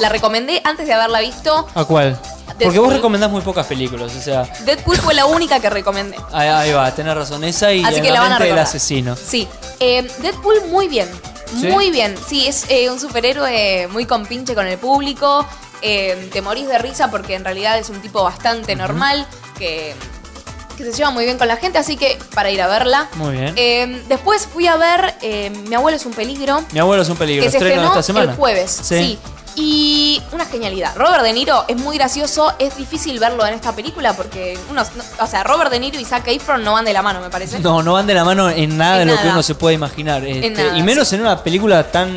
la recomendé antes de haberla visto. ¿A cuál? Porque Deadpool. vos recomendás muy pocas películas, o sea, Deadpool fue la única que recomendé. ahí, ahí va, tenés razón. Esa y Así en que la van a mente del recordar. asesino. Sí. Eh, Deadpool muy bien. ¿Sí? Muy bien. Sí, es eh, un superhéroe muy compinche con el público. Eh, te morís de risa porque en realidad es un tipo bastante normal que, que se lleva muy bien con la gente. Así que para ir a verla. Muy bien. Eh, después fui a ver eh, Mi abuelo es un peligro. Mi abuelo es un peligro, que se estreno estrenó esta semana. el jueves. Sí. Sí. Y una genialidad. Robert De Niro es muy gracioso. Es difícil verlo en esta película porque uno, no- o sea, Robert De Niro y Zac Efron no van de la mano, me parece. No, no van de la mano en nada En de lo que nada. uno se puede imaginar. este, nada, y menos en una película tan,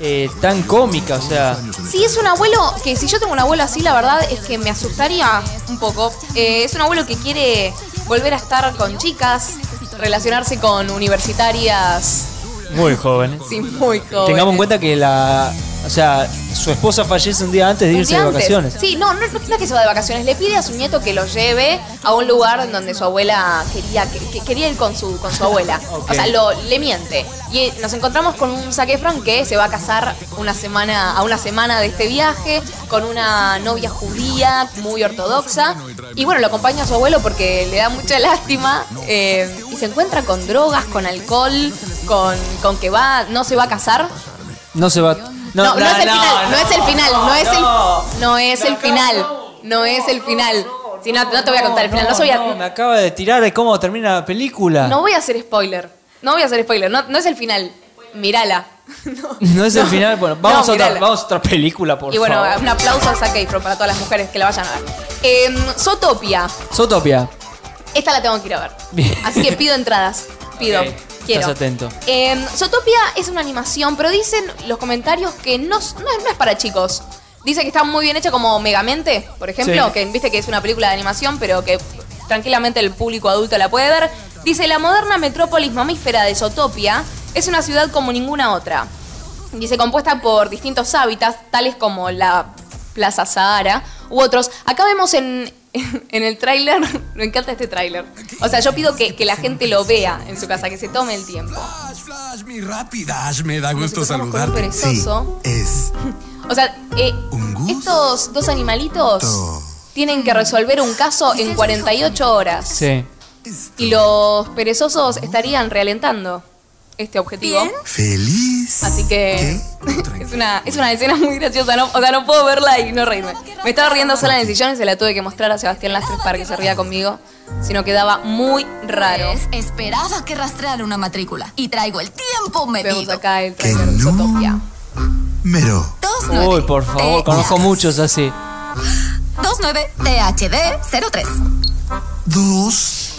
eh, tan cómica, o sea. Sí, es un abuelo que si yo tengo un abuelo así, la verdad es que me asustaría un poco. Eh, es un abuelo que quiere volver a estar con chicas, relacionarse con universitarias, Muy joven. ¿eh? sí, muy jóvenes. Tengamos en cuenta que la. O sea, su esposa fallece un día antes de Un irse día de antes. vacaciones. Sí, no, no, no es que se va de vacaciones. Le pide a su nieto que lo lleve a un lugar en donde su abuela quería, que, que- quería ir con su, con su abuela. Ok. O sea, lo, le miente. Y eh, nos encontramos con un Zac Efron que se va a casar una semana, a una semana de este viaje, con una novia judía, muy ortodoxa. Y bueno, lo acompaña a su abuelo porque le da mucha lástima. eh, y se encuentra con drogas, con alcohol, con, con que va, no se va a casar. No se va. No, no, es el final, no, es el final, no, es no. el, no es el final, no es el final. Si no, no te voy a contar el final, no, soy a- no, me acaba de tirar de cómo termina la película. no voy a hacer spoiler, no voy a hacer spoiler, no, no es el final, mírala. No. No es el No. final. Bueno, vamos, No, a otra, mirala. vamos a otra película, por Y bueno, favor. un aplauso a Zac Efron para todas las mujeres que la vayan a ver. Em, Zootopia, Zootopia. esta la tengo que ir a ver, Bien. así que pido entradas, pido, Ok, quiero. Estás atento. Em, Zootopia es una animación, pero dicen los comentarios que no, no, no es para chicos. Dice que está muy bien hecha como Megamente, por ejemplo, Sí. que viste que es una película de animación, pero que tranquilamente el público adulto la puede ver. Dice, la moderna metrópolis mamífera de Zootopia es una ciudad como ninguna otra. Dice, compuesta por distintos hábitats, tales como la Plaza Sahara u otros. Acá vemos en, en el tráiler, me encanta este tráiler. O sea, yo pido que, que la gente lo vea en su casa, que se tome el tiempo. Flash, flash, mi rápidas, me da gusto Nos encontramos con un saludarte. perezoso. es O sea, eh, Un gusto. estos dos animalitos tienen que resolver un caso en 48 horas. Sí. Y los perezosos estarían realentando este objetivo. feliz. Así que ¿Qué? es una, es una escena muy graciosa. No, o sea, no puedo verla y no reírme. Me estaba riendo sola en el sillón y se la tuve que mostrar a Sebastián Lastres para que se ría conmigo. Si no quedaba muy raro. Pues, Esperaba que rastreara una matrícula y traigo el tiempo Vemos medido. acá el Que trailer de Zootopia. Mero. 29 Uy, eh, por favor, conozco muchos así. 29 THD 03. Dos.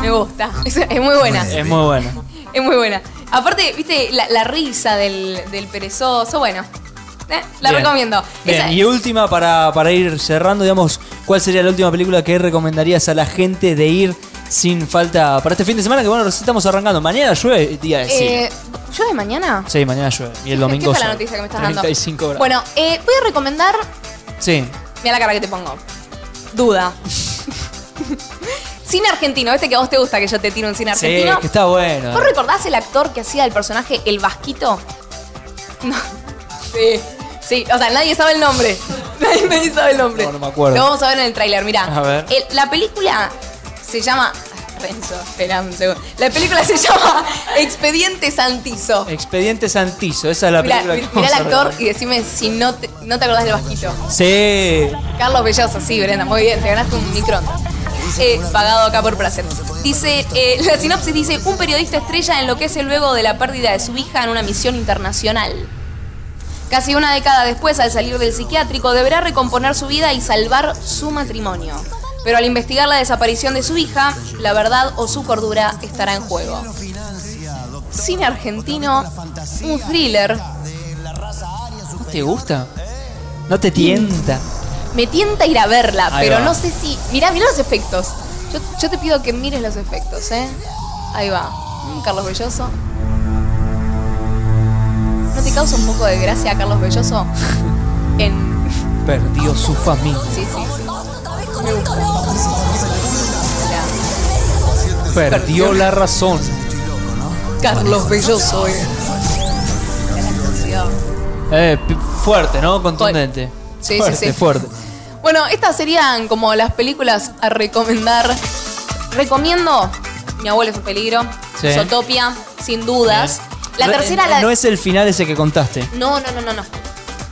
Me gusta. Es, es muy buena. Es muy buena. Es muy buena. Aparte, viste, la, la risa del, del perezoso, bueno. eh, la Bien. recomiendo. Bien, Esa- y última para, para ir cerrando, digamos, ¿cuál sería la última película que recomendarías a la gente de ir sin falta para este fin de semana? Que bueno, recién estamos arrancando. Mañana llueve, día de cine. eh, ¿Yo de mañana? Sí, mañana llueve. Y el ¿Qué- domingo. ¿Qué fue la sol. noticia que me estás 35 dando? grados. Bueno, eh, voy a recomendar. Sí. Mira la cara que te pongo. Duda. cine argentino. Viste que a vos te gusta que yo te tiro un cine Sí, argentino. que está bueno. ¿Vos recordás el actor que hacía el personaje El Vasquito? No. Sí. Sí, o sea, nadie sabe el nombre. Nadie, nadie sabe el nombre. No, no me acuerdo. Lo vamos a ver en el tráiler, mirá. A ver. El- la película se llama... Renzo, esperá un segundo. La película se llama Expediente Santizo. Expediente Santizo, esa es Eh, la Mirá, película mirá que vamos al a actor recomendar. y decime si no te, no te acordás del Vasquito. Sí. Carlos Belloso, sí, Brenda, muy bien, te ganaste un microondas. Eh, pagado acá por placer. Dice, eh, la sinopsis dice, un periodista estrella enloquece luego de la pérdida de su hija en una misión internacional. Casi una década después, al salir del psiquiátrico, deberá recomponer su vida y salvar su matrimonio. Pero al investigar la desaparición de su hija, la verdad o su cordura estará en juego. Cine argentino, un thriller, ¿No te gusta? No te tienta. Me tienta ir a verla, Ahí pero va. no sé si. Mirá, mirá los efectos. Yo, yo te pido que mires los efectos, ¿eh? Ahí va. Mm, Carlos Belloso. ¿No te causa un poco de gracia, Carlos Belloso? En. Perdió su familia. Sí, sí, sí. Perdió la razón. Carlos Belloso, eh. La canción. Eh, pi- Fuerte, ¿no? Contundente. Sí, sí, fuerte, sí. fuerte. Bueno, estas serían como las películas a recomendar. Recomiendo Mi abuelo es un peligro, Sí. Zootopia, sin dudas. La No- eh, tercera, no, la de- es el final ese que contaste. No, no, no, no, no.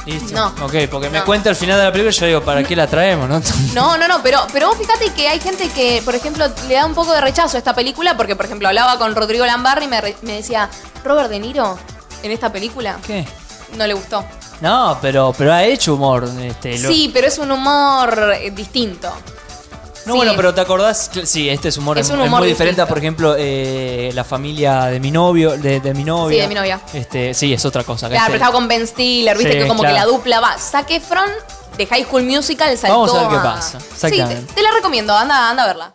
Listo. No. Ok, porque me No. cuenta el final de la película y yo digo, ¿para qué la traemos, no? No, no, no, pero, pero vos fíjate que hay gente que, por ejemplo, le da un poco de rechazo a esta película, porque, por ejemplo, hablaba con Rodrigo Lambarri y me, re- me decía, Robert De Niro, en esta película, ¿Qué? no le gustó. No, pero, pero ha hecho humor. Este, lo- Sí, pero es un humor eh, distinto. No, sí. bueno, pero ¿te acordás? Cl- Sí, este es humor, Es es, un es humor muy diferente a, distinto. por ejemplo, eh, la familia de mi novio, de, de mi novia. de mi novia. Este, sí, es otra cosa. que Claro, este- pero estaba con Ben Stiller, viste Sí, que como que la claro. dupla va. Zac Efron de High School Musical saltó Vamos a ver qué a- pasa, Sí, te, exactamente. te la recomiendo, anda, anda a verla.